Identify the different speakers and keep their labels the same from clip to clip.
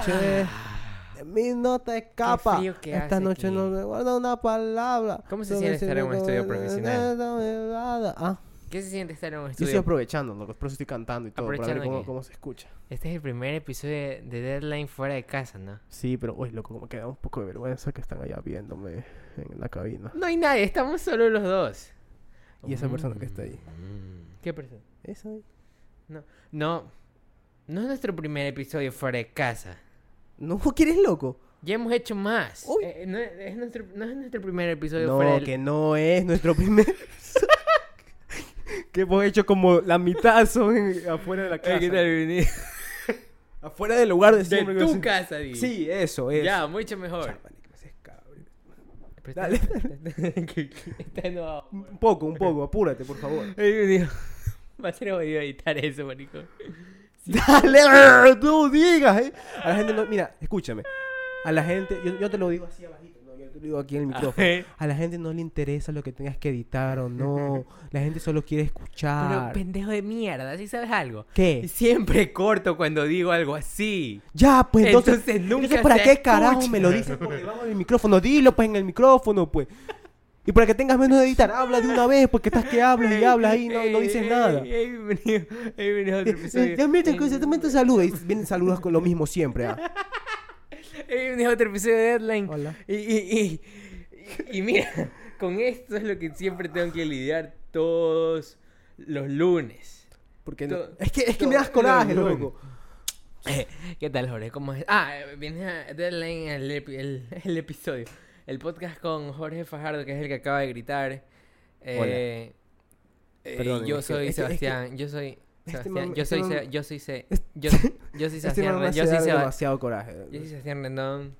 Speaker 1: noche de mí no te escapa.
Speaker 2: Ah. frío que
Speaker 1: Esta
Speaker 2: hace
Speaker 1: noche
Speaker 2: aquí.
Speaker 1: no me guarda una palabra.
Speaker 2: ¿Cómo se siente estar en un estudio profesional?
Speaker 1: Ah,
Speaker 2: ¿Qué se siente estar en un
Speaker 1: yo estoy
Speaker 2: estudio?
Speaker 1: aprovechando, loco, por eso estoy cantando y todo, para ver
Speaker 2: Aprovechando
Speaker 1: cómo,
Speaker 2: que-
Speaker 1: cómo se escucha.
Speaker 2: Este es el primer episodio de de Deadline fuera de casa, ¿no?
Speaker 1: Sí, pero uy, loco, como que da un poco de vergüenza que están allá viéndome en la cabina.
Speaker 2: No hay nadie, estamos solo los dos.
Speaker 1: Y esa persona que está ahí.
Speaker 2: Mm. ¿Qué persona?
Speaker 1: Esa ahí.
Speaker 2: No, no es nuestro primer episodio fuera de casa.
Speaker 1: No, que eres loco.
Speaker 2: Ya hemos hecho más.
Speaker 1: Uy.
Speaker 2: Eh, no, es nuestro, no es nuestro primer episodio
Speaker 1: No,
Speaker 2: fuera de
Speaker 1: que no es nuestro primer. que hemos hecho como la mitad son en- afuera de la casa. Afuera del lugar de siempre.
Speaker 2: De
Speaker 1: que
Speaker 2: tu
Speaker 1: se-
Speaker 2: casa, Di.
Speaker 1: Sí, eso, eso.
Speaker 2: Ya, mucho mejor.
Speaker 1: Chama, ni que me haces cabrón.
Speaker 2: Pero está-
Speaker 1: Dale.
Speaker 2: Está enojado.
Speaker 1: Un poco, un poco, apúrate, por favor.
Speaker 2: Ay, Dios mío. Va a ser jodido editar eso, marico.
Speaker 1: Dale, tú digas. eh. A la gente no, mira, escúchame. A la gente, yo, yo te lo digo así abajito, no, yo te lo digo aquí en el micrófono.
Speaker 2: ver.
Speaker 1: A la gente no le interesa lo que tengas que editar o no. La gente solo quiere
Speaker 2: Pero
Speaker 1: escuchar.
Speaker 2: pendejo de mierda, ¿sí sabes algo?
Speaker 1: ¿Qué?
Speaker 2: Siempre corto cuando digo algo así.
Speaker 1: Ya, pues entonces,
Speaker 2: Entonces nunca
Speaker 1: entonces, ¿para
Speaker 2: se
Speaker 1: qué carajo
Speaker 2: escucha?
Speaker 1: me lo dices por debajo del micrófono? Dilo pues en el micrófono, pues. Y para que tengas menos de editar, habla de una vez, porque estás que hablas y hablas ahí y no, no dices
Speaker 2: Ey,
Speaker 1: nada.
Speaker 2: ey, ey, bienvenido, ey, bienvenido a
Speaker 1: Eh,
Speaker 2: otro episodio.
Speaker 1: Ya mira,
Speaker 2: Ey,
Speaker 1: cosa, también te saluda y vienen saludas con lo mismo siempre. ah.
Speaker 2: ey, bienvenido a otro episodio de Deadline.
Speaker 1: Hola.
Speaker 2: Y, y, y- y- y mira, con esto es lo que siempre tengo que lidiar todos los lunes.
Speaker 1: Porque no-
Speaker 2: Todo-
Speaker 1: es que, es que
Speaker 2: todo-
Speaker 1: me das coraje,
Speaker 2: todo el
Speaker 1: loco.
Speaker 2: ¿Qué tal, Jorge? ¿Cómo es? Ah, eh, vienes a Deadline el, epi- el, el episodio. El podcast con Jorge Fajardo, que es el que acaba de gritar. Eh, eh,
Speaker 1: Perdónenme,
Speaker 2: yo
Speaker 1: es que-
Speaker 2: soy
Speaker 1: es que- es que-
Speaker 2: Sebastián. Yo soy.
Speaker 1: Este
Speaker 2: Sebastián,
Speaker 1: man-
Speaker 2: yo
Speaker 1: este
Speaker 2: soy
Speaker 1: man-
Speaker 2: Se- yo soy Se-
Speaker 1: Este-
Speaker 2: yo, yo soy
Speaker 1: Este
Speaker 2: Sebastián
Speaker 1: man me
Speaker 2: Rendón,
Speaker 1: hace
Speaker 2: yo soy
Speaker 1: dar
Speaker 2: Seba-
Speaker 1: demasiado coraje.
Speaker 2: yo soy Sebastián Rendón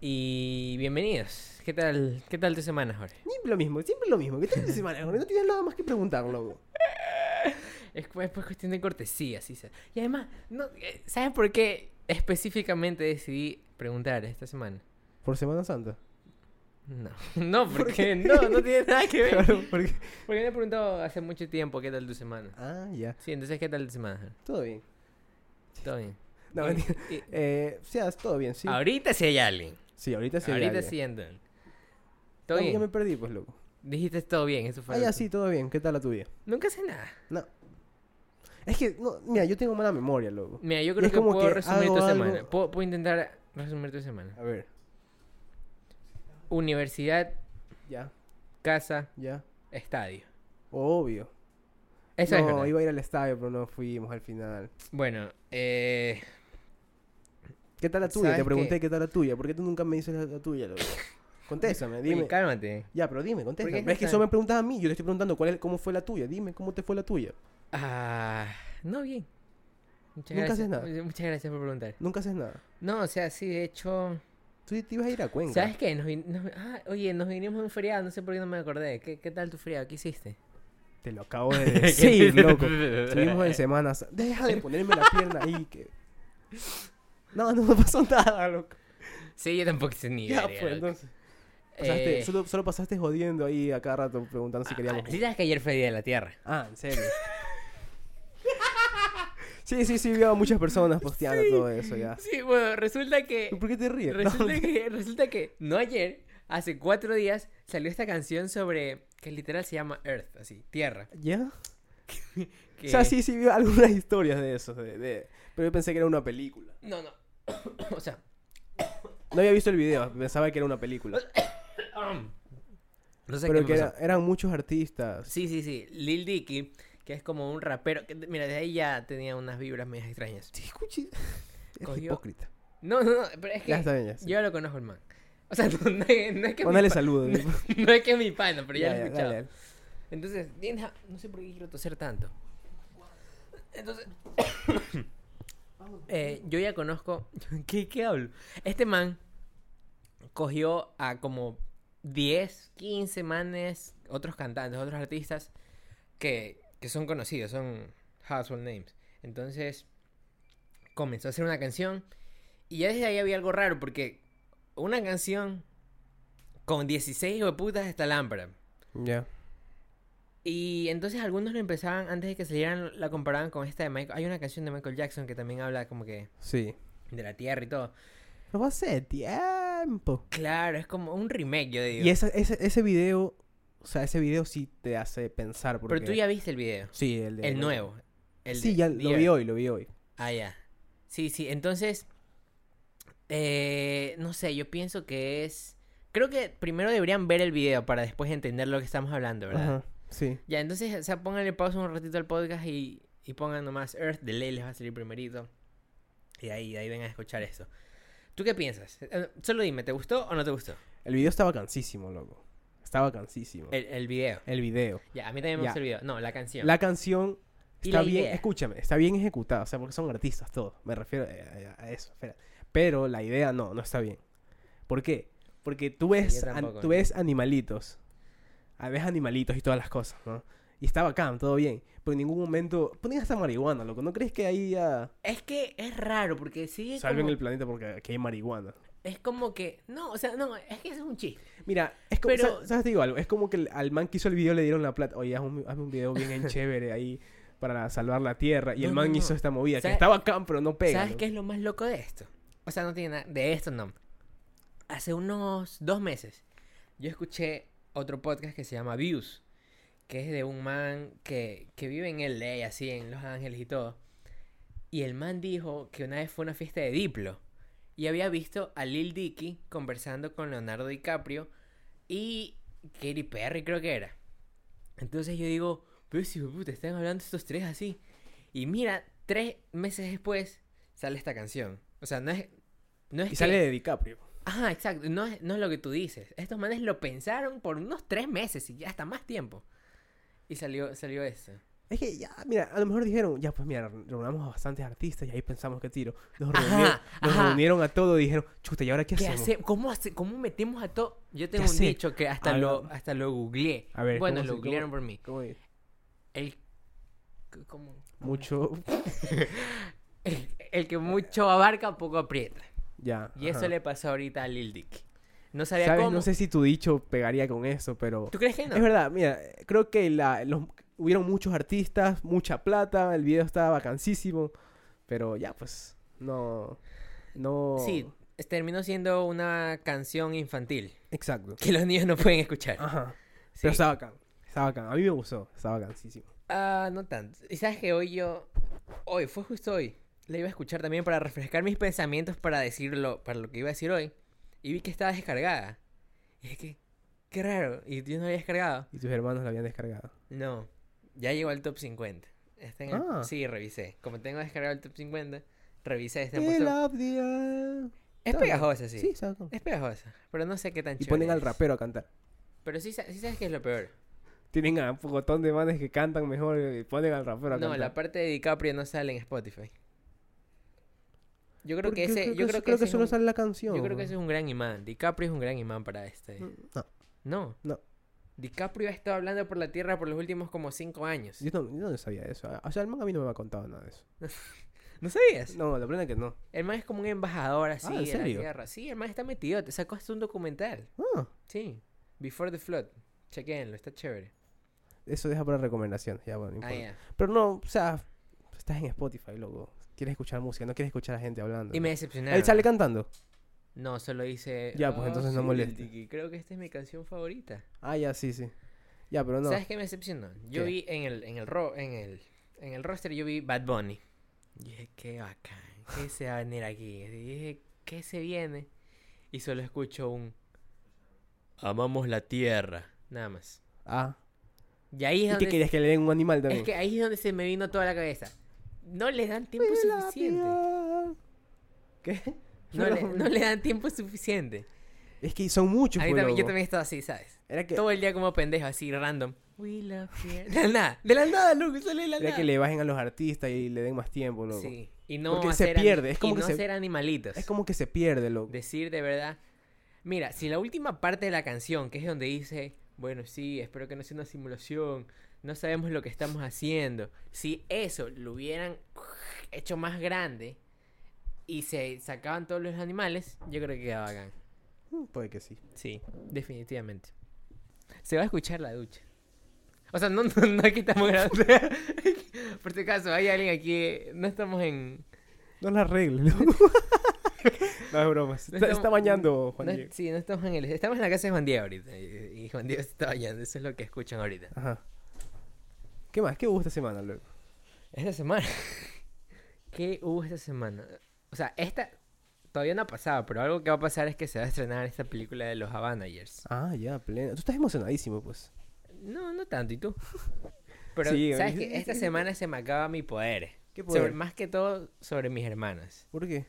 Speaker 2: y bienvenidos. ¿Qué tal? ¿Qué tal tu semana, Jorge?
Speaker 1: Siempre lo mismo, siempre lo mismo. ¿Qué tal de semana? Jorge? No tienes nada más que preguntar, loco.
Speaker 2: Es, cu- es pues cuestión de cortesía, sí. se- Y además, no, eh, ¿sabes por qué específicamente decidí preguntar esta semana?
Speaker 1: Por Semana Santa.
Speaker 2: No, no, porque no, no tiene nada que ver.
Speaker 1: Claro, porque...
Speaker 2: Porque me he preguntado hace mucho tiempo qué tal tu semana.
Speaker 1: Ah, ya.
Speaker 2: Sí, entonces, ¿qué tal tu semana? Jorge?
Speaker 1: Todo bien.
Speaker 2: ¿Todo bien?
Speaker 1: No,
Speaker 2: Y-
Speaker 1: mentira.
Speaker 2: y-
Speaker 1: Eh, Sebas, todo bien, sí.
Speaker 2: Ahorita sí hay alguien.
Speaker 1: Sí, ahorita sí. hay
Speaker 2: Ahorita
Speaker 1: alguien.
Speaker 2: sí andan.
Speaker 1: Ya-
Speaker 2: ¿Todo
Speaker 1: Ya
Speaker 2: bien?
Speaker 1: me perdí, pues, loco.
Speaker 2: Dijiste todo bien, eso fue.
Speaker 1: Ah,
Speaker 2: lo
Speaker 1: ya,
Speaker 2: que-
Speaker 1: sí, todo bien. ¿Qué tal la tuya?
Speaker 2: Nunca sé nada.
Speaker 1: No. Es que, no, mira, yo tengo mala memoria, loco.
Speaker 2: Mira, yo
Speaker 1: Y
Speaker 2: creo
Speaker 1: es
Speaker 2: que
Speaker 1: como
Speaker 2: puedo
Speaker 1: que
Speaker 2: resumir
Speaker 1: hago
Speaker 2: tu
Speaker 1: algo-
Speaker 2: semana. Puedo, puedo intentar resumir tu semana.
Speaker 1: A ver,
Speaker 2: Universidad,
Speaker 1: ya,
Speaker 2: casa,
Speaker 1: ya.
Speaker 2: estadio.
Speaker 1: Obvio.
Speaker 2: Eso es
Speaker 1: no,
Speaker 2: verdad.
Speaker 1: iba a ir al estadio, pero no fuimos al final.
Speaker 2: Bueno, eh,
Speaker 1: ¿Qué tal la tuya?
Speaker 2: ¿Sabes
Speaker 1: Te
Speaker 2: qué?
Speaker 1: pregunté qué, tal la tuya. ¿Por qué tú nunca me dices la, la tuya, loco? Contéstame,
Speaker 2: oye,
Speaker 1: dime.
Speaker 2: cálmate.
Speaker 1: ya, pero dime, contéstame.
Speaker 2: no
Speaker 1: Pero es que eso
Speaker 2: saben?
Speaker 1: me preguntas a mí. Yo te estoy preguntando cuál es, cómo fue la tuya. Dime, ¿cómo te fue la tuya?
Speaker 2: Ah, no, bien. Muchas
Speaker 1: Nunca
Speaker 2: gracias.
Speaker 1: haces nada.
Speaker 2: mu- Muchas gracias por preguntar.
Speaker 1: Nunca haces nada.
Speaker 2: No, o sea, sí, de hecho.
Speaker 1: Tú te ibas a ir a Cuenca.
Speaker 2: ¿Sabes qué? Nos vin- nos- ah, oye, nos vinimos en feriado, no sé por qué no me acordé. ¿Qué, qué tal tu feriado? ¿Qué hiciste?
Speaker 1: Te lo acabo de decir, loco. Estuvimos en semanas. Deja de ponerme la pierna ahí. Que... No, no me pasó nada, loco.
Speaker 2: Sí, yo tampoco sé ni
Speaker 1: Ya,
Speaker 2: verga,
Speaker 1: pues,
Speaker 2: loco.
Speaker 1: entonces. Pasaste-
Speaker 2: Eh,
Speaker 1: solo, solo pasaste jodiendo ahí a cada rato preguntando si queríamos.
Speaker 2: ah, Sí, sabes que ayer fue Día de la Tierra.
Speaker 1: Ah, en serio. sí, sí, sí, veo a muchas personas posteando todo eso ya.
Speaker 2: Sí, bueno, resulta que.
Speaker 1: ¿Por qué te ríes? Ah. No,
Speaker 2: Resulta que, resulta que no ayer, hace cuatro días, salió esta canción sobre. que literal se llama Earth, así, Tierra.
Speaker 1: ¿Ya?
Speaker 2: que-
Speaker 1: O sea, sí, sí, veo algunas historias de eso. de- de- Pero yo pensé que era una película.
Speaker 2: No, no. o sea.
Speaker 1: No había visto el video, pensaba que era una película.
Speaker 2: No sé
Speaker 1: Pero
Speaker 2: qué
Speaker 1: que
Speaker 2: me
Speaker 1: era-
Speaker 2: pasó.
Speaker 1: eran muchos artistas.
Speaker 2: Sí, sí, sí. Lil Dicky, que es como un rapero. que- mira, desde ahí ya tenía unas vibras medias extrañas.
Speaker 1: Sí, escuché. Es
Speaker 2: Cogió-
Speaker 1: hipócrita.
Speaker 2: No, no, no, pero es que.
Speaker 1: Ya está bien, ya. sí.
Speaker 2: Yo lo conozco el man. O sea, no, no es, no es que. mi
Speaker 1: Mándale
Speaker 2: pa-
Speaker 1: saludos.
Speaker 2: No, no es que es mi pana, pero ya,
Speaker 1: Ya,
Speaker 2: lo he
Speaker 1: ya,
Speaker 2: escuchado.
Speaker 1: dale, dale.
Speaker 2: Entonces, nena, no sé por qué quiero toser tanto. Entonces, eh, yo ya conozco. ¿Qué, ¿Qué hablo? Este man cogió a como 10, 15 manes, otros cantantes, otros artistas que, que son conocidos, son household names. Entonces, comenzó a hacer una canción y ya desde ahí había algo raro porque una canción con 16 putas está lámpara.
Speaker 1: Ya.
Speaker 2: Y entonces algunos lo empezaban, antes de que salieran, la comparaban con esta de Michael. Hay una canción de Michael Jackson que también habla como que
Speaker 1: Sí.
Speaker 2: de la Tierra y todo.
Speaker 1: Pero hace tiempo.
Speaker 2: Claro, es como un remake, yo digo.
Speaker 1: Y esa- ese, ese video, o sea, ese video sí te hace pensar. Porque...
Speaker 2: Pero tú ya viste el video.
Speaker 1: Sí, el, de-
Speaker 2: El nuevo. El
Speaker 1: sí,
Speaker 2: de-
Speaker 1: ya lo
Speaker 2: Dear.
Speaker 1: vi hoy, lo vi hoy.
Speaker 2: Ah, ya. Sí, sí, entonces, eh, no sé, yo pienso que es... Creo que primero deberían ver el video para después entender lo que estamos hablando, ¿verdad?
Speaker 1: Ajá, sí.
Speaker 2: Ya, entonces, o sea, pónganle pausa un ratito al podcast y, y pongan nomás Earth, de ley les va a salir primerito. Y de ahí, de ahí vengan a escuchar esto. ¿Tú qué piensas? Eh, Solo dime, ¿te gustó o no te gustó
Speaker 1: El video estaba cansísimo, loco. Estaba cansísimo. El,
Speaker 2: el, el video?
Speaker 1: video.
Speaker 2: Ya, a mí también me
Speaker 1: Ya.
Speaker 2: gustó el video. No, la canción.
Speaker 1: La canción
Speaker 2: Y
Speaker 1: está
Speaker 2: la
Speaker 1: bien,
Speaker 2: idea.
Speaker 1: escúchame, está bien ejecutada, o sea, porque son artistas todos. Me refiero a, a- a eso, espera. Pero la idea no, no está bien. ¿Por qué? Porque tú ves, an-
Speaker 2: tampoco,
Speaker 1: tú
Speaker 2: ¿no?
Speaker 1: ves animalitos. Ah, Ves animalitos y todas las cosas, ¿no? Y está bacán, todo bien. Pero en ningún momento. Ponen hasta marihuana, loco. ¿No crees que ahí ya
Speaker 2: Es que es raro porque sigue
Speaker 1: salven
Speaker 2: como...
Speaker 1: el planeta porque aquí hay marihuana?
Speaker 2: Es como que... No, o sea, no, es que es un chiste.
Speaker 1: Mira, es como,
Speaker 2: Pero-
Speaker 1: ¿sabes? ¿sabes? Te digo algo, es como que el- al man que hizo el video le dieron la plata. Oye, haz un, hazme un video bien en chévere ahí para salvar la tierra. Y el
Speaker 2: No,
Speaker 1: man
Speaker 2: no, no.
Speaker 1: hizo esta movida, que
Speaker 2: ¿Sabes-
Speaker 1: está bacán, pero no pega.
Speaker 2: ¿Sabes
Speaker 1: ¿no?
Speaker 2: qué es lo más loco de esto? O sea, no tiene nada. De esto no. Hace unos dos meses yo escuché otro podcast que se llama Views, que es de un man que, que vive en LA, así en Los Ángeles y todo. Y el man dijo que una vez fue a una fiesta de Diplo y había visto a Lil Dicky conversando con Leonardo DiCaprio y Katy Perry, creo que era. Entonces yo digo, pero si puta, están hablando estos tres así. Y mira, tres meses después sale esta canción. O sea, no es. No es
Speaker 1: Y
Speaker 2: que-
Speaker 1: sale de DiCaprio.
Speaker 2: Ajá, exacto. No es, no es lo que tú dices. Estos manes lo pensaron por unos tres meses y ya hasta más tiempo. Y salió, salió eso.
Speaker 1: Es que ya, mira, a lo mejor dijeron, ya pues mira, reunamos a bastantes artistas y ahí pensamos que tiro. Nos,
Speaker 2: Ajá,
Speaker 1: reunieron, nos
Speaker 2: ajá.
Speaker 1: reunieron a todos y dijeron, chuta, ¿y ahora qué,
Speaker 2: ¿Qué
Speaker 1: hacemos?
Speaker 2: hace- ¿Cómo, hace- ¿Cómo metemos a todo? Yo tengo un
Speaker 1: hace-
Speaker 2: dicho que hasta
Speaker 1: Ah,
Speaker 2: lo,
Speaker 1: no.
Speaker 2: hasta lo googleé.
Speaker 1: A ver,
Speaker 2: bueno,
Speaker 1: ¿cómo
Speaker 2: lo
Speaker 1: se-
Speaker 2: googlearon por mí.
Speaker 1: ¿Cómo es?
Speaker 2: El. c- ¿cómo?
Speaker 1: Mucho.
Speaker 2: El, el que mucho abarca, poco aprieta.
Speaker 1: Ya.
Speaker 2: Y eso
Speaker 1: ajá.
Speaker 2: le pasó ahorita a Lil Dick. No sabía
Speaker 1: ¿Sabes?
Speaker 2: cómo.
Speaker 1: No sé si tu dicho pegaría con eso, pero.
Speaker 2: ¿Tú crees que no?
Speaker 1: Es verdad, mira, creo que la, los, hubieron muchos artistas, mucha plata, el video estaba vacancísimo, pero ya pues, no, no...
Speaker 2: Sí, es- terminó siendo una canción infantil
Speaker 1: Exacto.
Speaker 2: que los niños no pueden escuchar.
Speaker 1: Ajá.
Speaker 2: Sí.
Speaker 1: Ah, Pero estaba bacán, estaba bacán, a mí me gustó, estaba vacancísimo.
Speaker 2: Ah, no tanto. Y sabes que hoy yo, hoy, fue justo hoy, la iba a escuchar también para refrescar mis pensamientos para decirlo, para lo que iba a decir hoy. Y vi que estaba descargada. Y es que, qué raro. Y yo no la había descargado.
Speaker 1: Y tus hermanos la habían descargado.
Speaker 2: No, ya llegó al top 50. Está en el-
Speaker 1: Ah.
Speaker 2: Sí, revisé. Como tengo descargado el top 50, revisé este
Speaker 1: Fill
Speaker 2: puesto.
Speaker 1: up the air.
Speaker 2: Es pegajosa, sí.
Speaker 1: Sí, está bacán.
Speaker 2: Es pegajosa. Pero no sé qué tan
Speaker 1: Y ponen
Speaker 2: chévere
Speaker 1: al
Speaker 2: es.
Speaker 1: rapero a cantar.
Speaker 2: Pero sí, sa- sí sabes que es lo peor.
Speaker 1: Tienen a un pocotón de manes que cantan mejor y ponen al rapero a
Speaker 2: No,
Speaker 1: cantar.
Speaker 2: la parte de DiCaprio no sale en Spotify. Yo creo
Speaker 1: Porque
Speaker 2: que ese, yo creo que, ese es
Speaker 1: solo
Speaker 2: un-
Speaker 1: sale la canción.
Speaker 2: yo creo que ese es un gran imán. DiCaprio es un gran imán para este.
Speaker 1: No,
Speaker 2: No.
Speaker 1: Mm. No.
Speaker 2: DiCaprio ha estado hablando por la tierra por los últimos como cinco años.
Speaker 1: yo no, yo no sabía eso. O sea, el man a mí no me ha contado nada de eso.
Speaker 2: ¿No sabías?
Speaker 1: No, la plena es que no.
Speaker 2: El man es como un embajador así
Speaker 1: Ah, ¿en
Speaker 2: de
Speaker 1: serio?
Speaker 2: la tierra. Sí, el man está metido. Te sacó hasta un documental.
Speaker 1: Ah,
Speaker 2: Sí. Before the Flood. Chequenlo, está chévere.
Speaker 1: eso deja para recomendaciones, ya bueno, no
Speaker 2: Ah,
Speaker 1: importa.
Speaker 2: ya.
Speaker 1: Pero no, o sea, estás en Spotify, loco. Quieres escuchar música, no quieres escuchar a gente hablando.
Speaker 2: Y me
Speaker 1: ¿no?
Speaker 2: decepcionaron.
Speaker 1: Él sale cantando.
Speaker 2: No, solo dice.
Speaker 1: Ya, pues,
Speaker 2: "Oh,
Speaker 1: entonces no
Speaker 2: sí,
Speaker 1: moleste".
Speaker 2: Tiki, Creo que esta es mi canción favorita.
Speaker 1: Ah, ya, sí, sí. Ya, pero Ah, no.
Speaker 2: ¿Sabes qué me decepcionó? Yo
Speaker 1: ¿Qué?
Speaker 2: vi en el, en el ro- en el en el roster yo vi Bad Bunny. Y dije, qué bacán, qué se va a venir aquí. Y dije, ¿qué se viene? Y solo escucho un Amamos la tierra. Nada más.
Speaker 1: Ah.
Speaker 2: Y ahí es
Speaker 1: ¿Y qué
Speaker 2: donde
Speaker 1: querías que le den un animal también?
Speaker 2: es que ahí es donde se me vino toda la cabeza. No le dan tiempo
Speaker 1: Fui la
Speaker 2: suficiente.
Speaker 1: piel. ¿Qué?
Speaker 2: No le,
Speaker 1: Perdón.
Speaker 2: no le dan tiempo suficiente.
Speaker 1: Es que son muchos,
Speaker 2: A mí
Speaker 1: pues,
Speaker 2: también, yo
Speaker 1: loco.
Speaker 2: también estaba así, ¿sabes?
Speaker 1: Era que,
Speaker 2: Todo el día como pendejo, así random. We love you. De la nada, de la nada, loco, sale de la
Speaker 1: era
Speaker 2: nada.
Speaker 1: que le bajen a los artistas y le den más tiempo, loco.
Speaker 2: Sí, y no
Speaker 1: Porque se
Speaker 2: hacer ani-
Speaker 1: pierde, es
Speaker 2: y
Speaker 1: como que
Speaker 2: no
Speaker 1: se-
Speaker 2: ser animalitos.
Speaker 1: Es como que se pierde, loco.
Speaker 2: Decir de verdad. Mira, si la última parte de la canción, que es donde dice, bueno, sí, espero que no sea una simulación, no sabemos lo que estamos haciendo. Si eso lo hubieran hecho más grande y se sacaban todos los animales, yo creo que quedaba bacán.
Speaker 1: Mm, Puede que sí.
Speaker 2: Sí, definitivamente. Se va a escuchar la ducha. O sea, no, no, no aquí estamos grabando. Por si acaso, hay alguien aquí. No estamos en.
Speaker 1: No la arregle, loco. No es broma. se
Speaker 2: No
Speaker 1: Está,
Speaker 2: estamos-
Speaker 1: está bañando, Juan
Speaker 2: No es-
Speaker 1: Diego.
Speaker 2: sí, no estamos en el... Estamos en la casa de Juan Diego ahorita. Y y Juan Diego se está bañando. Eso es lo que escuchan ahorita.
Speaker 1: Ajá. ¿Qué más? ¿Qué hubo esta semana, loco?
Speaker 2: Esta semana. ¿Qué hubo esta semana? O sea, esta todavía no ha pasado, pero algo que va a pasar es que se va a estrenar esta película de los Avengers.
Speaker 1: Ah, ya, pleno. Tú estás emocionadísimo, pues.
Speaker 2: No, no tanto, ¿y tú? Pero,
Speaker 1: Sí, a
Speaker 2: ¿sabes
Speaker 1: mí-
Speaker 2: que Esta semana se me acaba mi poder.
Speaker 1: ¿Qué
Speaker 2: Sobre-
Speaker 1: poder?
Speaker 2: más que todo sobre mis hermanas.
Speaker 1: ¿Por qué?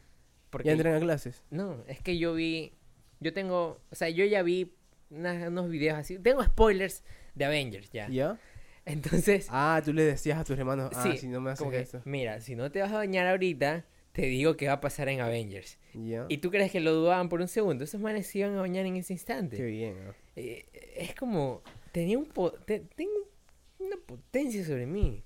Speaker 2: Porque
Speaker 1: ¿Ya entran a clases?
Speaker 2: No, es que yo vi. Yo tengo. O sea, yo ya vi una- unos videos así. Tengo spoilers de Avengers ya.
Speaker 1: ¿Ya?
Speaker 2: Entonces.
Speaker 1: Ah, tú le decías a tus hermanos, ah,
Speaker 2: sí,
Speaker 1: si no me haces
Speaker 2: como que,
Speaker 1: esto.
Speaker 2: Mira, si no te vas a bañar ahorita, te digo que va a pasar en Avengers.
Speaker 1: Ya.
Speaker 2: Y tú crees que lo dudaban por un segundo. Esos manes se iban a bañar en ese
Speaker 1: Qué
Speaker 2: instante.
Speaker 1: bien, ¿no?
Speaker 2: Eh, es como. Tenía un. po- te- tengo una potencia sobre mí.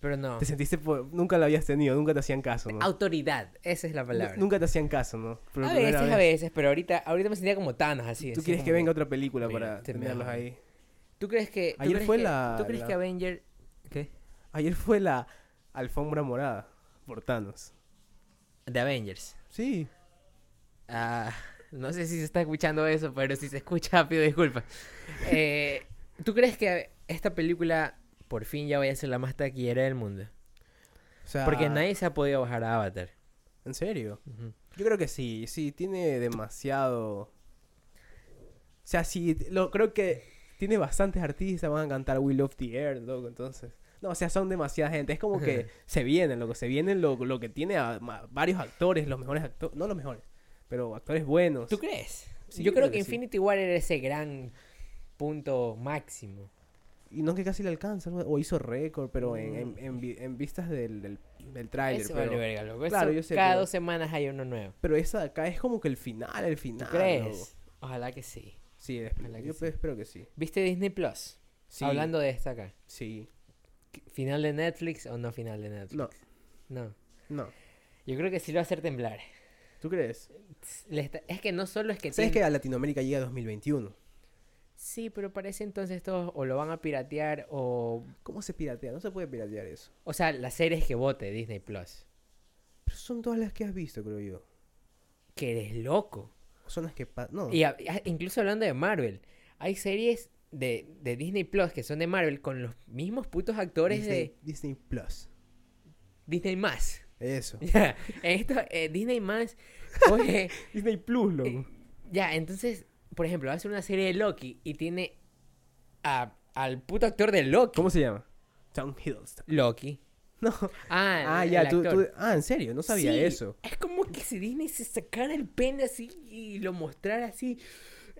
Speaker 2: Pero no.
Speaker 1: Te sentiste po- Nunca la habías tenido, nunca te hacían caso, ¿no?
Speaker 2: Autoridad. Esa es la palabra.
Speaker 1: Nu- Nunca te hacían caso, ¿no? Por
Speaker 2: a veces,
Speaker 1: primera
Speaker 2: a
Speaker 1: vez.
Speaker 2: veces, pero ahorita, ahorita me sentía como Thanos así.
Speaker 1: Tú
Speaker 2: así
Speaker 1: quieres que
Speaker 2: como-
Speaker 1: venga otra película
Speaker 2: Mira,
Speaker 1: para
Speaker 2: te me
Speaker 1: tenerlos
Speaker 2: amas.
Speaker 1: ahí.
Speaker 2: ¿Tú crees que. tú
Speaker 1: Ayer
Speaker 2: crees
Speaker 1: fue
Speaker 2: que-
Speaker 1: la-
Speaker 2: ¿Tú crees
Speaker 1: la-
Speaker 2: que Avenger. ¿Qué?
Speaker 1: Ayer fue la alfombra morada por Thanos.
Speaker 2: De Avengers.
Speaker 1: Sí.
Speaker 2: Ah, no sé si se está escuchando eso, pero si se escucha, pido disculpas. Eh, ¿Tú crees que esta película por fin ya vaya a ser la más taquillera del mundo?
Speaker 1: O sea,
Speaker 2: Porque nadie se ha podido bajar a Avatar.
Speaker 1: ¿En serio?
Speaker 2: Ujú.
Speaker 1: Yo creo que sí, sí, tiene demasiado... O sea, sí, lo, creo que tiene bastantes artistas, van a cantar We Love the Air, loco, entonces... No, o sea, son demasiada gente, es como que se vienen, loco, se vienen lo, lo que tiene a ma- varios actores, los mejores actores, no los mejores, pero actores buenos.
Speaker 2: ¿Tú crees?
Speaker 1: Sí,
Speaker 2: yo creo que,
Speaker 1: sí.
Speaker 2: Infinity War era ese gran punto máximo.
Speaker 1: Y no que casi le alcanza, ¿no? o hizo récord, pero en, en, en vi- en vistas del, del, del tráiler,
Speaker 2: Eso Mm. vale
Speaker 1: pero...
Speaker 2: verga, loco.
Speaker 1: Claro,
Speaker 2: Eso
Speaker 1: yo sé,
Speaker 2: cada
Speaker 1: pero-
Speaker 2: dos semanas hay uno nuevo.
Speaker 1: Pero esa de acá es como que el final, el
Speaker 2: ¿Tú
Speaker 1: final. loco.
Speaker 2: crees? Ojalá que sí.
Speaker 1: Sí,
Speaker 2: Ojalá que
Speaker 1: yo pues,
Speaker 2: sí.
Speaker 1: espero que sí.
Speaker 2: ¿Viste Disney Plus?
Speaker 1: Sí,
Speaker 2: Hablando de esta acá.
Speaker 1: Sí.
Speaker 2: ¿Final de Netflix o no final de
Speaker 1: No,
Speaker 2: Netflix? No.
Speaker 1: no.
Speaker 2: Yo creo que sí lo va a hacer temblar.
Speaker 1: ¿Tú crees?
Speaker 2: Le está- Es que no solo es que...
Speaker 1: ¿Sabes
Speaker 2: tiene-
Speaker 1: que a Latinoamérica llega 2021?
Speaker 2: Sí, pero parece entonces todos o lo van a piratear o...
Speaker 1: ¿Cómo se piratea? No se puede piratear eso.
Speaker 2: O sea, las series que vote Disney Plus.
Speaker 1: Pero son todas las que has visto, creo yo.
Speaker 2: Que eres loco.
Speaker 1: Son las que... pa- No.
Speaker 2: Y a- a- incluso hablando de Marvel, hay series de, de Disney Plus que son de Marvel con los mismos putos actores
Speaker 1: Disney,
Speaker 2: de
Speaker 1: Disney Plus.
Speaker 2: Disney Más.
Speaker 1: Eso.
Speaker 2: Ya, Esto, eh, Disney Más coge...
Speaker 1: Disney Plus,
Speaker 2: Eh,
Speaker 1: loco.
Speaker 2: Ya, entonces, por ejemplo, va a ser una serie de Loki y tiene a- al puto actor de Loki.
Speaker 1: ¿Cómo se llama? Tom Hiddleston.
Speaker 2: Loki.
Speaker 1: No.
Speaker 2: Ah,
Speaker 1: Ah,
Speaker 2: el-
Speaker 1: ya,
Speaker 2: el
Speaker 1: tú,
Speaker 2: actor.
Speaker 1: tú- Ah, en serio, no sabía
Speaker 2: Sí,
Speaker 1: eso.
Speaker 2: Es como que si Disney se sacara el pene así y lo mostrara así.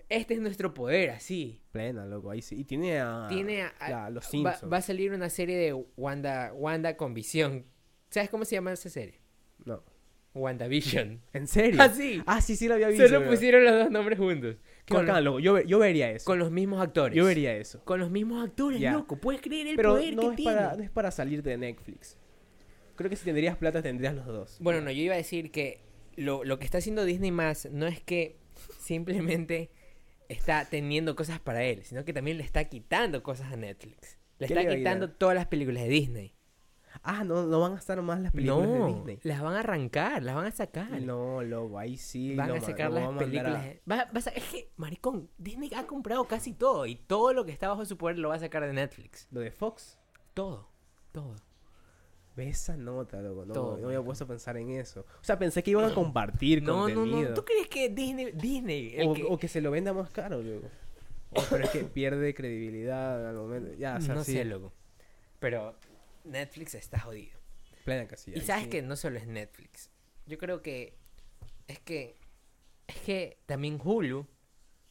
Speaker 2: Este es nuestro poder, así.
Speaker 1: Plena, loco. Ahí sí. Y tiene a...
Speaker 2: Tiene a- a-
Speaker 1: Ah, la- los
Speaker 2: va,
Speaker 1: Simpsons.
Speaker 2: va a salir una serie de Wanda, Wanda con visión. ¿Sabes cómo se llama esa serie?
Speaker 1: No.
Speaker 2: WandaVision.
Speaker 1: ¿En serio?
Speaker 2: Ah, sí.
Speaker 1: Ah, sí, sí lo había visto.
Speaker 2: Solo
Speaker 1: creo.
Speaker 2: pusieron los dos nombres juntos.
Speaker 1: Qué
Speaker 2: Con,
Speaker 1: bacán, loco. Yo, ve- yo vería eso.
Speaker 2: con los mismos actores.
Speaker 1: Yo vería eso.
Speaker 2: Con los mismos actores,
Speaker 1: Ya.
Speaker 2: loco. ¿Puedes creer el
Speaker 1: Pero
Speaker 2: poder
Speaker 1: no
Speaker 2: que
Speaker 1: es,
Speaker 2: tiene?
Speaker 1: para, no es para salir de Netflix. Creo que si tendrías plata tendrías los dos.
Speaker 2: Bueno, no, yo iba a decir que lo, lo que está haciendo Disney más no es que simplemente está teniendo cosas para él, sino que también le está quitando cosas a Netflix. Le
Speaker 1: ¿Qué
Speaker 2: está
Speaker 1: le va a
Speaker 2: quitando
Speaker 1: quitar?
Speaker 2: todas las películas de Disney.
Speaker 1: Ah, no, no van a estar más las películas de
Speaker 2: No,
Speaker 1: Disney. Ah,
Speaker 2: las van a arrancar, las van a sacar.
Speaker 1: No, loco, ahí sí.
Speaker 2: van
Speaker 1: lo
Speaker 2: a
Speaker 1: ma-
Speaker 2: sacar
Speaker 1: lo
Speaker 2: las
Speaker 1: van a mandar a-
Speaker 2: películas. de- va- va a sa- es que, maricón, Disney ha comprado casi todo y todo lo que está bajo su poder lo va a sacar de Netflix.
Speaker 1: Lo de Fox.
Speaker 2: Todo, todo.
Speaker 1: Ve esa nota, loco. No,
Speaker 2: Todo,
Speaker 1: no me había
Speaker 2: marico.
Speaker 1: puesto a pensar en eso. O sea, pensé que iban a compartir
Speaker 2: No, no,
Speaker 1: contenido.
Speaker 2: no. ¿Tú crees que Disney, Disney, el
Speaker 1: o,
Speaker 2: que-
Speaker 1: o que se lo venda más caro, loco. O, pero es que pierde credibilidad al momento. Ya, o sea,
Speaker 2: no
Speaker 1: sí.
Speaker 2: sé, loco. Pero Netflix está jodido.
Speaker 1: Plena que sí,
Speaker 2: Y
Speaker 1: ahí
Speaker 2: sabes
Speaker 1: sí.
Speaker 2: que no solo es Netflix. Yo creo que es que es que también Hulu.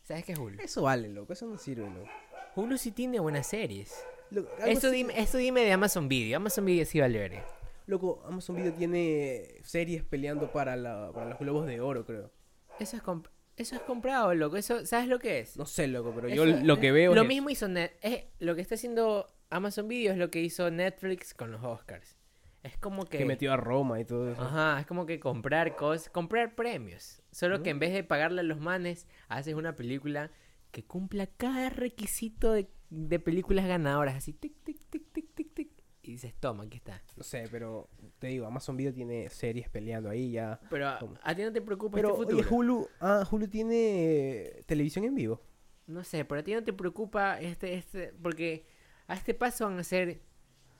Speaker 2: ¿Sabes qué es Hulu?
Speaker 1: Eso vale, loco. Eso no sirve, loco.
Speaker 2: Hulu sí tiene buenas series.
Speaker 1: Loco, algo
Speaker 2: Eso
Speaker 1: así-
Speaker 2: dime, eso dime de Amazon Video. Amazon Video sí vale verga.
Speaker 1: Loco, Amazon Video tiene series peleando para, la, para los globos de oro, creo.
Speaker 2: Eso es comp- eso es comprado, loco. Eso ¿sabes lo que es?
Speaker 1: No sé, loco, pero
Speaker 2: Eso
Speaker 1: yo
Speaker 2: es-
Speaker 1: lo que veo
Speaker 2: Lo
Speaker 1: es
Speaker 2: mismo hizo Net es- lo que está haciendo Amazon Video es lo que hizo Netflix con los Oscars. Es como que Ah.
Speaker 1: que metió a Roma y todo eso.
Speaker 2: Ajá, es como que comprar cosas, comprar premios. Solo
Speaker 1: Mm.
Speaker 2: que en vez de pagarle a los manes, haces una película que cumpla cada requisito de, de películas ganadoras, así tic, tic, tic, tic, tic, tic. Y dices, toma, aquí está.
Speaker 1: No sé, pero te digo, Amazon Video tiene series peleando ahí ya.
Speaker 2: Pero a,
Speaker 1: ¿Cómo?
Speaker 2: a ti no te preocupa
Speaker 1: Pero
Speaker 2: este
Speaker 1: oye,
Speaker 2: futuro.
Speaker 1: Hulu, ah, Hulu tiene eh, televisión en vivo.
Speaker 2: No sé, pero a ti no te preocupa este, este, porque a este paso van a ser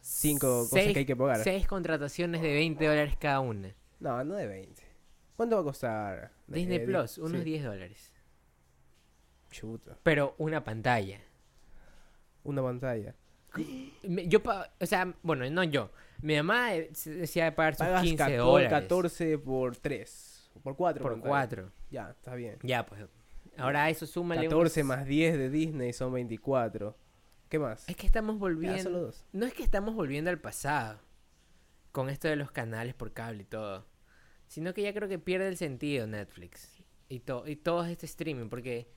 Speaker 1: Cinco cosas
Speaker 2: seis-
Speaker 1: que hay que pagar.
Speaker 2: Seis contrataciones de 20 dólares cada una.
Speaker 1: No, no de 20. ¿Cuánto va a costar?
Speaker 2: Disney
Speaker 1: Eh,
Speaker 2: Plus,
Speaker 1: sí.
Speaker 2: unos 10 dólares.
Speaker 1: Chuta.
Speaker 2: Pero una pantalla.
Speaker 1: Una pantalla.
Speaker 2: Me- Yo, pa- o sea, bueno, no yo. Mi mamá eh, se- decía de pagar sus
Speaker 1: Pagas
Speaker 2: 15
Speaker 1: 14,
Speaker 2: dólares
Speaker 1: 14 por 3. Por 4.
Speaker 2: por 4.
Speaker 1: Ya, está bien.
Speaker 2: Ya, pues. Ahora a eso súmale. unos-
Speaker 1: 14 más 10 de Disney son 24. ¿Qué más?
Speaker 2: Es que estamos
Speaker 1: Ya, solo
Speaker 2: volviendo.
Speaker 1: dos.
Speaker 2: No es que estamos volviendo al pasado. Con esto de los canales por cable y todo. Sino que ya creo que pierde el sentido Netflix. Y, to- y todo este streaming. Porque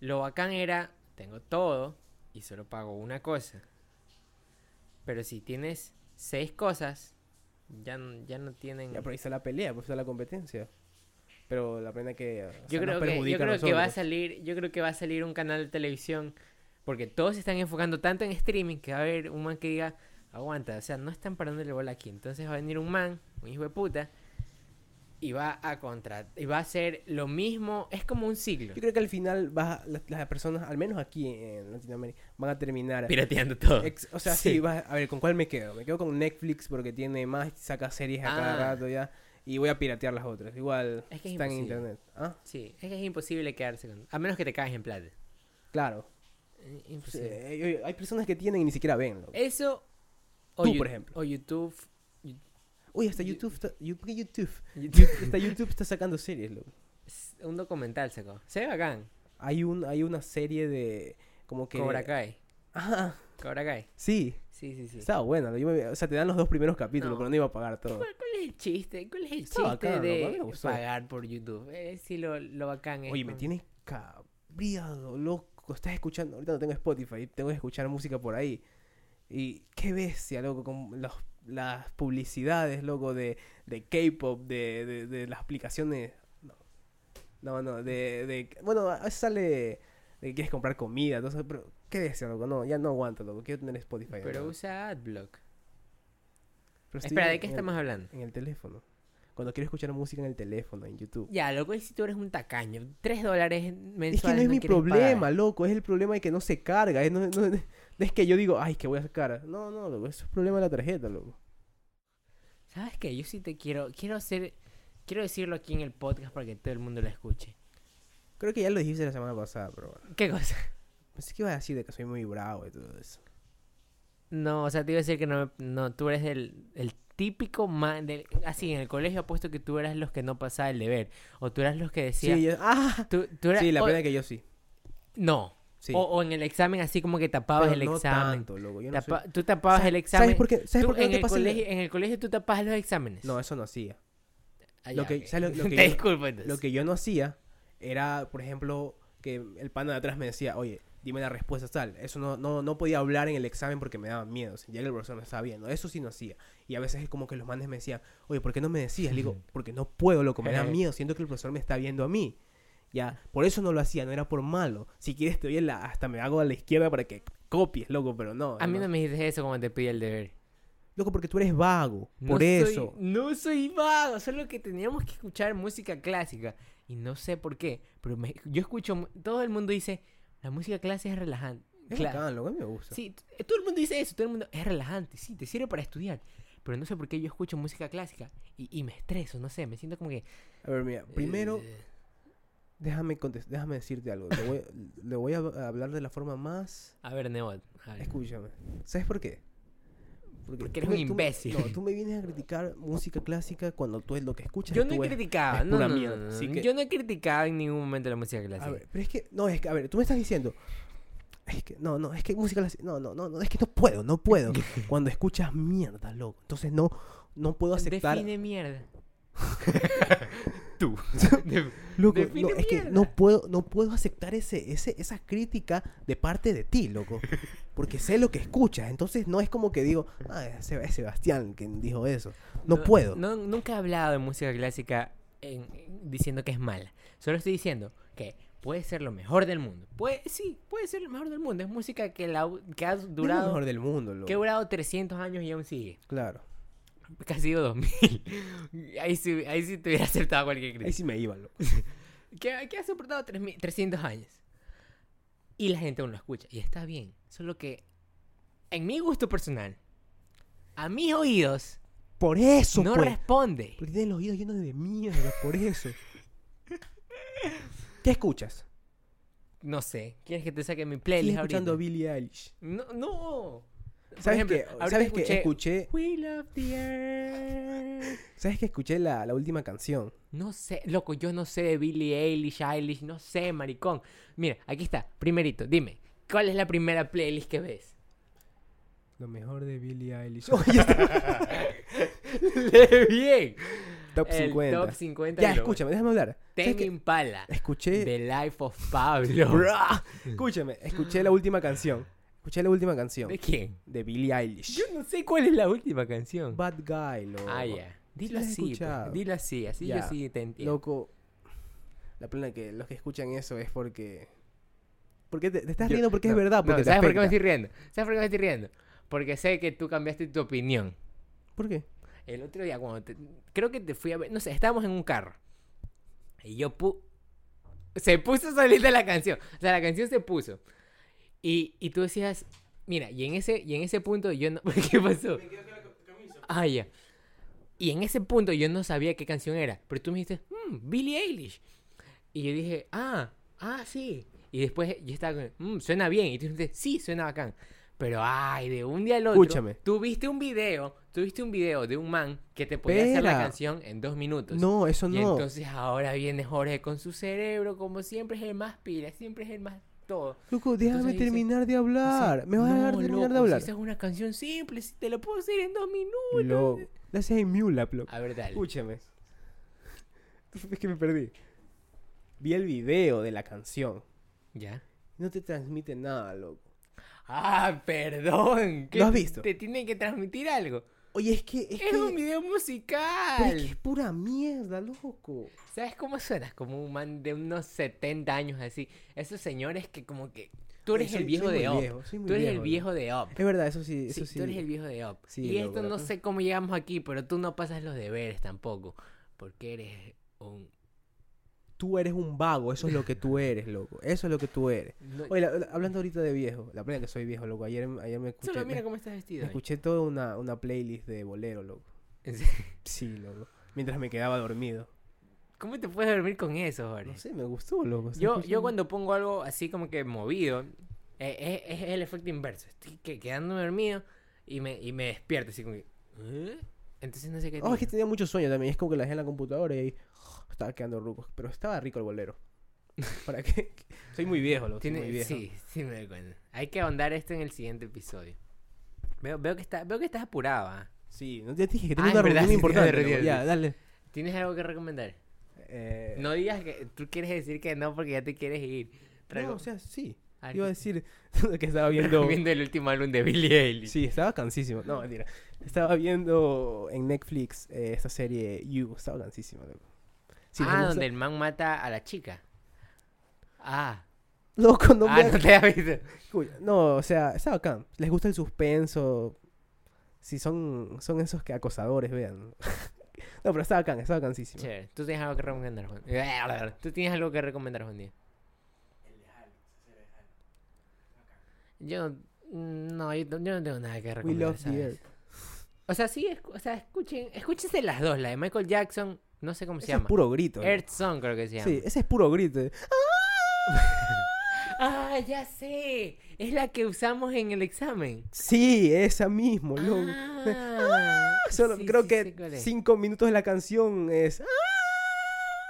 Speaker 2: lo bacán era, tengo todo y solo pago una cosa. Pero si tienes seis cosas, ya, n- ya no tienen...
Speaker 1: Ya, pero ahí está la pelea, pues está la competencia. Pero la pena que. o sea,
Speaker 2: yo creo,
Speaker 1: nos
Speaker 2: que, yo
Speaker 1: perjudica a
Speaker 2: creo que va a
Speaker 1: nosotros.
Speaker 2: salir, yo creo que va a salir un canal de televisión, porque todos se están enfocando tanto en streaming que va a haber un man que diga, aguanta, o sea, no están parándole bola aquí. Entonces va a venir un man, un hijo de puta, y va a contratar, y va a hacer lo mismo, es como un siglo.
Speaker 1: Yo creo que al final vas a- las, las personas, al menos aquí en Latinoamérica, van a terminar.
Speaker 2: Pirateando todo.
Speaker 1: ex- o sea,
Speaker 2: Sí.
Speaker 1: sí. vas a ver, ¿con cuál me quedo? Me quedo con Netflix porque tiene más, saca series a cada
Speaker 2: Ah.
Speaker 1: rato ya. Y voy a piratear las otras. Igual
Speaker 2: Es que es
Speaker 1: están en
Speaker 2: imposible.
Speaker 1: internet. Ah,
Speaker 2: Sí, es que es imposible quedarse con... A menos que te caes en plata.
Speaker 1: claro. pues
Speaker 2: Eh,
Speaker 1: Sí,
Speaker 2: Imposible.
Speaker 1: hay- hay personas que tienen y ni siquiera ven. loco.
Speaker 2: Eso... O
Speaker 1: Tú,
Speaker 2: Yu-
Speaker 1: por ejemplo.
Speaker 2: O YouTube.
Speaker 1: Uy, hasta
Speaker 2: yo-
Speaker 1: YouTube está, Yu- ¿por qué YouTube?
Speaker 2: YouTube.
Speaker 1: Hasta YouTube está sacando series, loco.
Speaker 2: S- un documental sacó. Se ve bacán.
Speaker 1: Hay, un, hay una serie de. Como que.
Speaker 2: Cobra Kai.
Speaker 1: Ah,
Speaker 2: Cobra Kai.
Speaker 1: sí.
Speaker 2: Sí, sí, sí.
Speaker 1: Estaba buena. yo me- o sea, te dan los dos primeros capítulos,
Speaker 2: No.
Speaker 1: pero no iba a pagar todo.
Speaker 2: ¿Cuál, cuál es el chiste? ¿Cuál es el
Speaker 1: Está
Speaker 2: chiste
Speaker 1: bacán, loco, a mí me
Speaker 2: de
Speaker 1: gustó.
Speaker 2: pagar por YouTube? Eh, sí, lo, lo bacán es.
Speaker 1: Oye, me
Speaker 2: con-
Speaker 1: tienes cabriado, loco. Estás escuchando. Ahorita no tengo Spotify, tengo que escuchar música por ahí. Y qué bestia, loco, con los- las publicidades, loco, de, de K-pop, de, de, de las aplicaciones. No, no, no, de, de. Bueno, a veces sale de que quieres comprar comida, entonces, pero qué bestia, loco. No, ya no aguanto, loco. Quiero tener Spotify.
Speaker 2: Pero
Speaker 1: ¿no?
Speaker 2: usa Adblock.
Speaker 1: Pero estoy
Speaker 2: Espera,
Speaker 1: en-
Speaker 2: ¿de qué
Speaker 1: en el-
Speaker 2: estamos hablando?
Speaker 1: En el teléfono. Cuando quiero escuchar música en el teléfono, en YouTube.
Speaker 2: Ya, loco, y si tú eres un tacaño. Tres dólares mensuales.
Speaker 1: Es que no es mi
Speaker 2: quieres
Speaker 1: problema,
Speaker 2: pagar.
Speaker 1: loco. Es el problema de que no se carga. Es, no, no- no es que yo digo, ay, que voy a sacar. No, no, loco. Eso es problema de la tarjeta, loco.
Speaker 2: ¿Sabes qué? Yo sí te quiero. Quiero hacer. Quiero decirlo aquí en el podcast para que todo el mundo lo escuche.
Speaker 1: Creo que ya lo dijiste la semana pasada, pero bueno.
Speaker 2: ¿Qué cosa?
Speaker 1: Pensé que ibas a decir de que soy muy bravo y todo eso.
Speaker 2: No, o sea, te iba a decir que no, me- no tú eres el, el típico man. del- así, en el colegio apuesto que tú eras los que no pasaba el deber. O tú eras los que
Speaker 1: Sí,
Speaker 2: decía.
Speaker 1: yo- ¡Ah!
Speaker 2: tú, tú eras-
Speaker 1: sí la
Speaker 2: o-
Speaker 1: pena es que yo sí.
Speaker 2: No.
Speaker 1: Sí.
Speaker 2: O, o en el examen, así como que tapabas
Speaker 1: Pero
Speaker 2: el
Speaker 1: no
Speaker 2: examen.
Speaker 1: tanto, loco. Yo no
Speaker 2: Tapa-
Speaker 1: soy-
Speaker 2: Tú tapabas
Speaker 1: ¿Sabes-
Speaker 2: el examen.
Speaker 1: ¿Sabes por qué, sabes
Speaker 2: Tú
Speaker 1: por qué no
Speaker 2: en,
Speaker 1: te
Speaker 2: el
Speaker 1: pasa el-
Speaker 2: colegio, en el colegio tú tapabas los exámenes.
Speaker 1: No, eso no hacía.
Speaker 2: Ah,
Speaker 1: lo
Speaker 2: ya,
Speaker 1: que-
Speaker 2: ok.
Speaker 1: ¿sabes lo- lo que
Speaker 2: Te
Speaker 1: yo-
Speaker 2: disculpo entonces.
Speaker 1: Lo que yo no hacía era, por ejemplo, que el pana de atrás me decía, oye, dime la respuesta tal. Eso no, no, no podía hablar en el examen porque me daba miedo. Si ya que el profesor me estaba viendo. Eso sí no hacía. Y a veces es como que los manes me decían, oye, ¿por qué no me decías? Le digo, porque no puedo, loco, me da miedo. Siento que el profesor me está viendo a mí. Ya, por eso no lo hacía, no era por malo. Si quieres te doy la, hasta me hago a la izquierda para que copies, loco, pero no.
Speaker 2: A mí
Speaker 1: no.
Speaker 2: no me dijiste eso cuando te pedí el deber.
Speaker 1: Loco, porque tú eres vago.
Speaker 2: No
Speaker 1: Por
Speaker 2: soy-
Speaker 1: eso.
Speaker 2: no soy vago, solo que teníamos que escuchar música clásica. Y no sé por qué, pero me- yo escucho. mu- Todo el mundo dice: la música clásica es relajante.
Speaker 1: Es
Speaker 2: Cla-
Speaker 1: bacán, loco, a mí me gusta.
Speaker 2: Sí, t- todo el mundo dice eso, todo el mundo es relajante, sí, te sirve para estudiar. Pero no sé por qué yo escucho música clásica y, y me estreso, no sé, me siento como que...
Speaker 1: A ver, mira, primero,
Speaker 2: eh,
Speaker 1: Déjame, contes- déjame decirte algo. Le voy, le voy a a hablar de la forma más.
Speaker 2: a ver, Neot, a ver.
Speaker 1: Escúchame. ¿Sabes por qué?
Speaker 2: Porque eres
Speaker 1: tú me-
Speaker 2: un
Speaker 1: tú me-
Speaker 2: imbécil.
Speaker 1: no, tú me vienes a criticar música clásica cuando tú es lo que escuchas.
Speaker 2: Yo
Speaker 1: tú
Speaker 2: no he
Speaker 1: es-
Speaker 2: criticado,
Speaker 1: es
Speaker 2: no,
Speaker 1: pura
Speaker 2: no, no,
Speaker 1: mierda,
Speaker 2: no, no,
Speaker 1: así que-
Speaker 2: yo no he criticado en ningún momento la música
Speaker 1: A
Speaker 2: clásica.
Speaker 1: ver, pero es que, no, es que, a ver, tú me estás diciendo. Es que, no, no, es que música clásica. No, no, no, no, es que no puedo, no puedo. cuando escuchas mierda, loco. Entonces no, no puedo aceptar.
Speaker 2: Define mierda.
Speaker 1: tú.
Speaker 2: De-
Speaker 1: Loco,
Speaker 2: Define
Speaker 1: no, es que
Speaker 2: mierda.
Speaker 1: no puedo, no puedo aceptar ese, ese, esa crítica de parte de ti, loco. Porque sé lo que escuchas. Entonces no es como que digo, ah, ese es Sebastián quien dijo eso. No, puedo.
Speaker 2: no- nunca he hablado de música clásica en- en- diciendo que es mala. Solo estoy diciendo que puede ser lo mejor del mundo. Puede, sí, puede ser lo mejor del mundo. Es música que, la, que ha
Speaker 1: No es lo
Speaker 2: durado...
Speaker 1: mejor del mundo, loco.
Speaker 2: Que ha durado 300 años y aún sigue.
Speaker 1: Claro.
Speaker 2: Casi digo 2000. Ahí sí, ahí sí te hubiera aceptado cualquier
Speaker 1: Ahí
Speaker 2: crítica.
Speaker 1: sí me iba, loco.
Speaker 2: Que, que ha soportado 3000 300 años. Y la gente aún lo escucha. Y está bien. Solo que, en mi gusto personal, a mis oídos,
Speaker 1: Por eso,
Speaker 2: no
Speaker 1: pues.
Speaker 2: responde.
Speaker 1: Porque tienen los oídos llenos de mierda, por eso. ¿Qué escuchas?
Speaker 2: No sé. ¿Quieres que te saque mi
Speaker 1: Estoy
Speaker 2: playlist
Speaker 1: escuchando a
Speaker 2: ahorita?
Speaker 1: Billie Eilish.
Speaker 2: No, no. Por
Speaker 1: ¿Sabes
Speaker 2: ejemplo,
Speaker 1: qué?
Speaker 2: ahorita
Speaker 1: ¿Sabes qué? Escuché,
Speaker 2: We love the earth.
Speaker 1: ¿Sabes qué? Escuché la, la última canción.
Speaker 2: No sé, loco, yo no sé de Billie Eilish, Eilish, no sé, maricón. Mira, aquí está, primerito, dime, ¿cuál es la primera playlist que ves?
Speaker 1: Lo mejor de Billie Eilish. Oye,
Speaker 2: ¡Lee bien!
Speaker 1: top
Speaker 2: El
Speaker 1: 50.
Speaker 2: Top 50.
Speaker 1: Ya,
Speaker 2: de lo-
Speaker 1: escúchame, déjame hablar. ¿Sabes
Speaker 2: Tame
Speaker 1: qué?
Speaker 2: Impala.
Speaker 1: Escuché.
Speaker 2: The Life of Pablo.
Speaker 1: Bra. Escúchame, escuché la última canción. Escuché la última canción
Speaker 2: ¿De quién?
Speaker 1: de Billie Eilish.
Speaker 2: Yo no sé cuál es la última canción.
Speaker 1: Bad Guy, loco.
Speaker 2: Ah, ya. Dilo
Speaker 1: la has
Speaker 2: así, pues,
Speaker 1: escuchado.
Speaker 2: dilo así, así
Speaker 1: Ya.
Speaker 2: yo sí te entiendo.
Speaker 1: Loco, la plena que los que escuchan eso es porque. Porque te, te estás
Speaker 2: Yo-
Speaker 1: riendo porque es
Speaker 2: no,
Speaker 1: verdad,
Speaker 2: no,
Speaker 1: porque te
Speaker 2: ¿Sabes por qué me
Speaker 1: afecta.
Speaker 2: estoy riendo? ¿Sabes por qué me estoy riendo? Porque sé que tú cambiaste tu opinión.
Speaker 1: ¿Por qué?
Speaker 2: El otro día, cuando te- creo que te fui a ver, no sé, estábamos en un carro. Y yo pu... Se puso solita la canción. O sea, la canción se puso. Y, y tú decías, mira, y en ese, y en ese punto yo no... ¿Qué pasó? Ah, ya. Y en ese punto yo no sabía qué canción era. Pero tú me dijiste, mmm, Billie Eilish. Y yo dije, ah, ah, sí. Y después yo estaba con, mmm, suena bien. Y tú dijiste, sí, suena bacán. Pero, ay, de un día al otro.
Speaker 1: Escúchame.
Speaker 2: Tú viste un video, tú viste un video de un man que te podía hacer la
Speaker 1: Espera.
Speaker 2: canción en dos minutos.
Speaker 1: No, eso
Speaker 2: Y
Speaker 1: no.
Speaker 2: entonces ahora viene Jorge con su cerebro, como siempre es el más pila, siempre es el más todo.
Speaker 1: Loco, déjame
Speaker 2: Entonces dice-
Speaker 1: terminar de hablar.
Speaker 2: Dice,
Speaker 1: Me vas a
Speaker 2: "No,
Speaker 1: dejar terminar
Speaker 2: loco,
Speaker 1: de hablar.
Speaker 2: Si esa es una canción simple, si te la puedo hacer en dos minutos.
Speaker 1: Loco. La haces en Mulap, loco.
Speaker 2: A ver, dale.
Speaker 1: Escúchame. Es que me perdí. Vi el video de la canción.
Speaker 2: Ya.
Speaker 1: No te transmite nada, loco.
Speaker 2: Ah, perdón. ¿qué
Speaker 1: ¿Lo has visto?
Speaker 2: Te tienen que transmitir algo.
Speaker 1: Oye, es que. Es,
Speaker 2: Es,
Speaker 1: que,
Speaker 2: un video
Speaker 1: pero
Speaker 2: musical.
Speaker 1: es que es pura mierda, loco.
Speaker 2: ¿Sabes cómo suenas? Como un man de unos 70 años así. Esos señores que como que... Tú
Speaker 1: Oye,
Speaker 2: eres
Speaker 1: soy-
Speaker 2: el viejo
Speaker 1: soy muy
Speaker 2: de Up.
Speaker 1: viejo, soy muy
Speaker 2: Tú eres el
Speaker 1: viejo,
Speaker 2: viejo de Up.
Speaker 1: Es verdad, eso sí.
Speaker 2: Sí,
Speaker 1: Eso sí.
Speaker 2: tú eres el viejo de Up.
Speaker 1: Sí,
Speaker 2: y
Speaker 1: lo
Speaker 2: esto no
Speaker 1: conozco.
Speaker 2: sé cómo llegamos aquí, pero tú no pasas los deberes tampoco. Porque eres un...
Speaker 1: Tú eres un vago, eso es lo que tú eres, loco. Eso es lo que tú eres.
Speaker 2: no-
Speaker 1: Oye, la- la- hablando ahorita de viejo, la plena que soy viejo, loco. Ayer, ayer me escuché.
Speaker 2: Solo mira
Speaker 1: me-
Speaker 2: cómo estás
Speaker 1: me
Speaker 2: vestido. hoy.
Speaker 1: escuché toda una, una playlist de bolero, loco.
Speaker 2: En serio,
Speaker 1: Sí, loco. Mientras me quedaba dormido.
Speaker 2: ¿Cómo te puedes dormir con eso, Jorge?
Speaker 1: No sé, me gustó, loco. Estoy
Speaker 2: Yo, yo
Speaker 1: escuchando-
Speaker 2: cuando pongo algo así como que movido, eh, eh, es, el efecto inverso. Estoy que- quedándome dormido y me, y me despierto así como que... "¿Eh?". Entonces no sé qué...
Speaker 1: Oh, es que
Speaker 2: digo.
Speaker 1: tenía mucho sueño también. Es como que la dejé en la computadora y ahí oh, estaba quedando ruco. Pero estaba rico el bolero. ¿Para qué? Soy muy viejo, loco. soy
Speaker 2: Tiene-
Speaker 1: muy viejo.
Speaker 2: sí, sí me doy cuenta. Hay que ahondar esto en el siguiente episodio. Veo, veo, que, está, veo que estás apurado. ¿ah?
Speaker 1: Sí, no te dije que
Speaker 2: Ah,
Speaker 1: tengo
Speaker 2: en
Speaker 1: una
Speaker 2: verdad,
Speaker 1: reunión
Speaker 2: sí,
Speaker 1: importante.
Speaker 2: tienes
Speaker 1: loco.
Speaker 2: reunión,
Speaker 1: Ya,
Speaker 2: sí.
Speaker 1: dale.
Speaker 2: ¿Tienes algo que recomendar?
Speaker 1: Eh,
Speaker 2: No digas que tú quieres decir que no porque ya te quieres ir.
Speaker 1: no,
Speaker 2: Traigo-
Speaker 1: o sea, sí.
Speaker 2: Ah,
Speaker 1: Iba a decir que estaba viendo.
Speaker 2: viendo el último álbum de Billie Eilish.
Speaker 1: Sí, estaba cansísimo. No, mentira. Estaba viendo en Netflix eh, esta serie You. Estaba cansísimo, loco. Si les
Speaker 2: ah,
Speaker 1: gusta-
Speaker 2: donde el man mata a la chica. Ah,
Speaker 1: Loco, no
Speaker 2: ah,
Speaker 1: me
Speaker 2: no te había visto.
Speaker 1: Escucha, No, o sea, está bacán. Les gusta el suspenso. Si son, son esos que acosadores, vean. no, pero está bacán, está bacanísimo.
Speaker 2: Chévere. Tú tienes algo que recomendar, Juan. Tú tienes algo que recomendar, Juan Díaz. Yo no, no, yo, no- yo no tengo nada que
Speaker 1: We
Speaker 2: recomendar.
Speaker 1: love the
Speaker 2: ¿sabes?
Speaker 1: earth.
Speaker 2: O sea, sí, escu- o sea, escuchen, escúchense las dos, la de Michael Jackson, no sé cómo se
Speaker 1: Ese es
Speaker 2: llama.
Speaker 1: puro grito. ¿no?
Speaker 2: Earth Song creo que se llama.
Speaker 1: Sí, ese es puro grito. eh.
Speaker 2: Ah, ya sé. Es la que usamos en el examen.
Speaker 1: Sí, esa mismo, loco.
Speaker 2: Ah,
Speaker 1: Solo
Speaker 2: sí,
Speaker 1: creo
Speaker 2: sí, sé cuál
Speaker 1: que
Speaker 2: es.
Speaker 1: cinco minutos de la canción es. "Ah",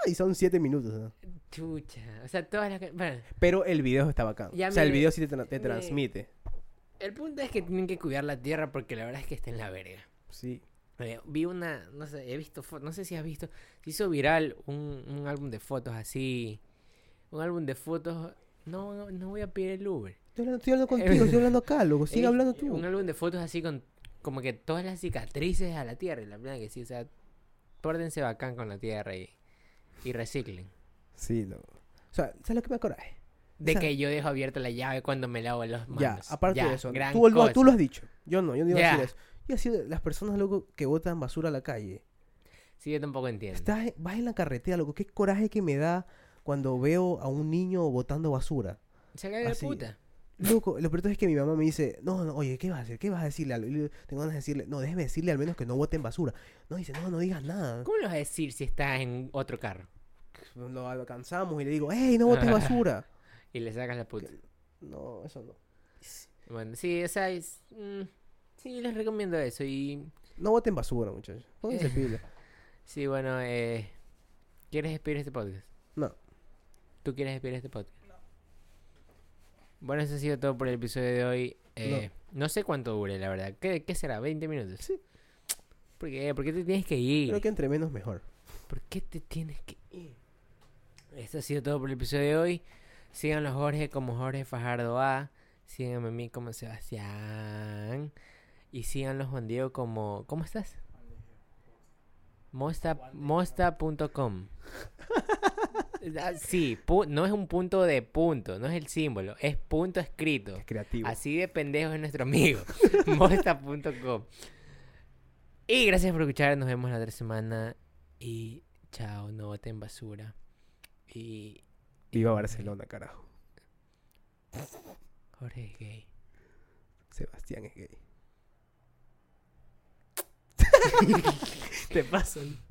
Speaker 1: Y son siete minutos. ¿no?
Speaker 2: Chucha. O sea, todas las. que- Bueno,
Speaker 1: Pero el video está bacán.
Speaker 2: Ya
Speaker 1: o sea, el
Speaker 2: me-
Speaker 1: video sí te, tra- te
Speaker 2: me-
Speaker 1: transmite.
Speaker 2: el punto es que tienen que cuidar la tierra porque la verdad es que está en la verga.
Speaker 1: Sí.
Speaker 2: Eh, vi una. No sé, he visto. fo- No sé si has visto. Se hizo viral un, un álbum de fotos así. Un álbum de fotos. No, no, no voy a pedir el Uber.
Speaker 1: Estoy hablando, estoy hablando contigo, estoy hablando acá, loco. Pues Sigue
Speaker 2: Es
Speaker 1: hablando tú.
Speaker 2: Un álbum de fotos así con como que todas las cicatrices a la tierra. Y la verdad que sí, o sea, pórdense bacán con la tierra y, y reciclen.
Speaker 1: Sí, loco. O sea, ¿sabes lo que me acoraje?
Speaker 2: De
Speaker 1: Esa-
Speaker 2: que yo dejo abierta la llave cuando me lavo los manos.
Speaker 1: Ya, aparte
Speaker 2: Ya,
Speaker 1: de eso,
Speaker 2: gran
Speaker 1: tú, lo- tú
Speaker 2: cosa.
Speaker 1: lo has dicho. Yo no, yo no iba a
Speaker 2: Ya.
Speaker 1: decir eso. Y así las personas, loco, que botan basura a la calle.
Speaker 2: Sí, yo tampoco entiendo.
Speaker 1: Estás, vas en la carretera, loco. Qué coraje que me da cuando veo a un niño botando basura.
Speaker 2: Se cae la
Speaker 1: Así.
Speaker 2: puta.
Speaker 1: Loco, lo peor es que mi mamá me dice, no, no, oye, ¿qué vas a hacer? ¿Qué vas a decirle? al-?" Y le digo, Tengo ganas de decirle, no, déjeme decirle al menos que no boten basura. No, dice, no, no digas nada.
Speaker 2: ¿Cómo le vas a decir si estás en otro carro?
Speaker 1: Lo alcanzamos y le digo, hey, no botes basura.
Speaker 2: Y le sacas la puta.
Speaker 1: No, eso no.
Speaker 2: Bueno, sí, o sea, es- mm, sí, les recomiendo eso. Y
Speaker 1: No boten basura, muchachos.
Speaker 2: Eh.
Speaker 1: Pónganse pila.
Speaker 2: sí, bueno, eh, ¿quieres despedir este podcast?
Speaker 1: No.
Speaker 2: ¿Tú quieres despedir este podcast? Bueno, eso ha sido todo por el episodio de hoy. Eh, no. sé cuánto dure, la verdad. ¿Qué, qué será? ¿20 minutos?
Speaker 1: Sí.
Speaker 2: ¿Por qué? ¿Por qué te tienes que ir?
Speaker 1: Creo que entre menos mejor.
Speaker 2: ¿Por qué te tienes que ir? Esto ha sido todo por el episodio de hoy. Síganlo a Jorge como Jorge Fajardo A. Síganme a mí como Sebastián. Y síganlo a Juan Diego como... ¿Cómo estás? Mosta- Mosta.com Ah, Sí, pu- no es un punto de punto, no es el símbolo, es punto escrito.
Speaker 1: Es creativo.
Speaker 2: Así de pendejo es nuestro amigo. Mosta.com. Y gracias por escuchar. Nos vemos la otra semana. Y chao, no boten basura. Y
Speaker 1: Viva Barcelona, carajo.
Speaker 2: Jorge es gay.
Speaker 1: Sebastián es gay. Te pasan.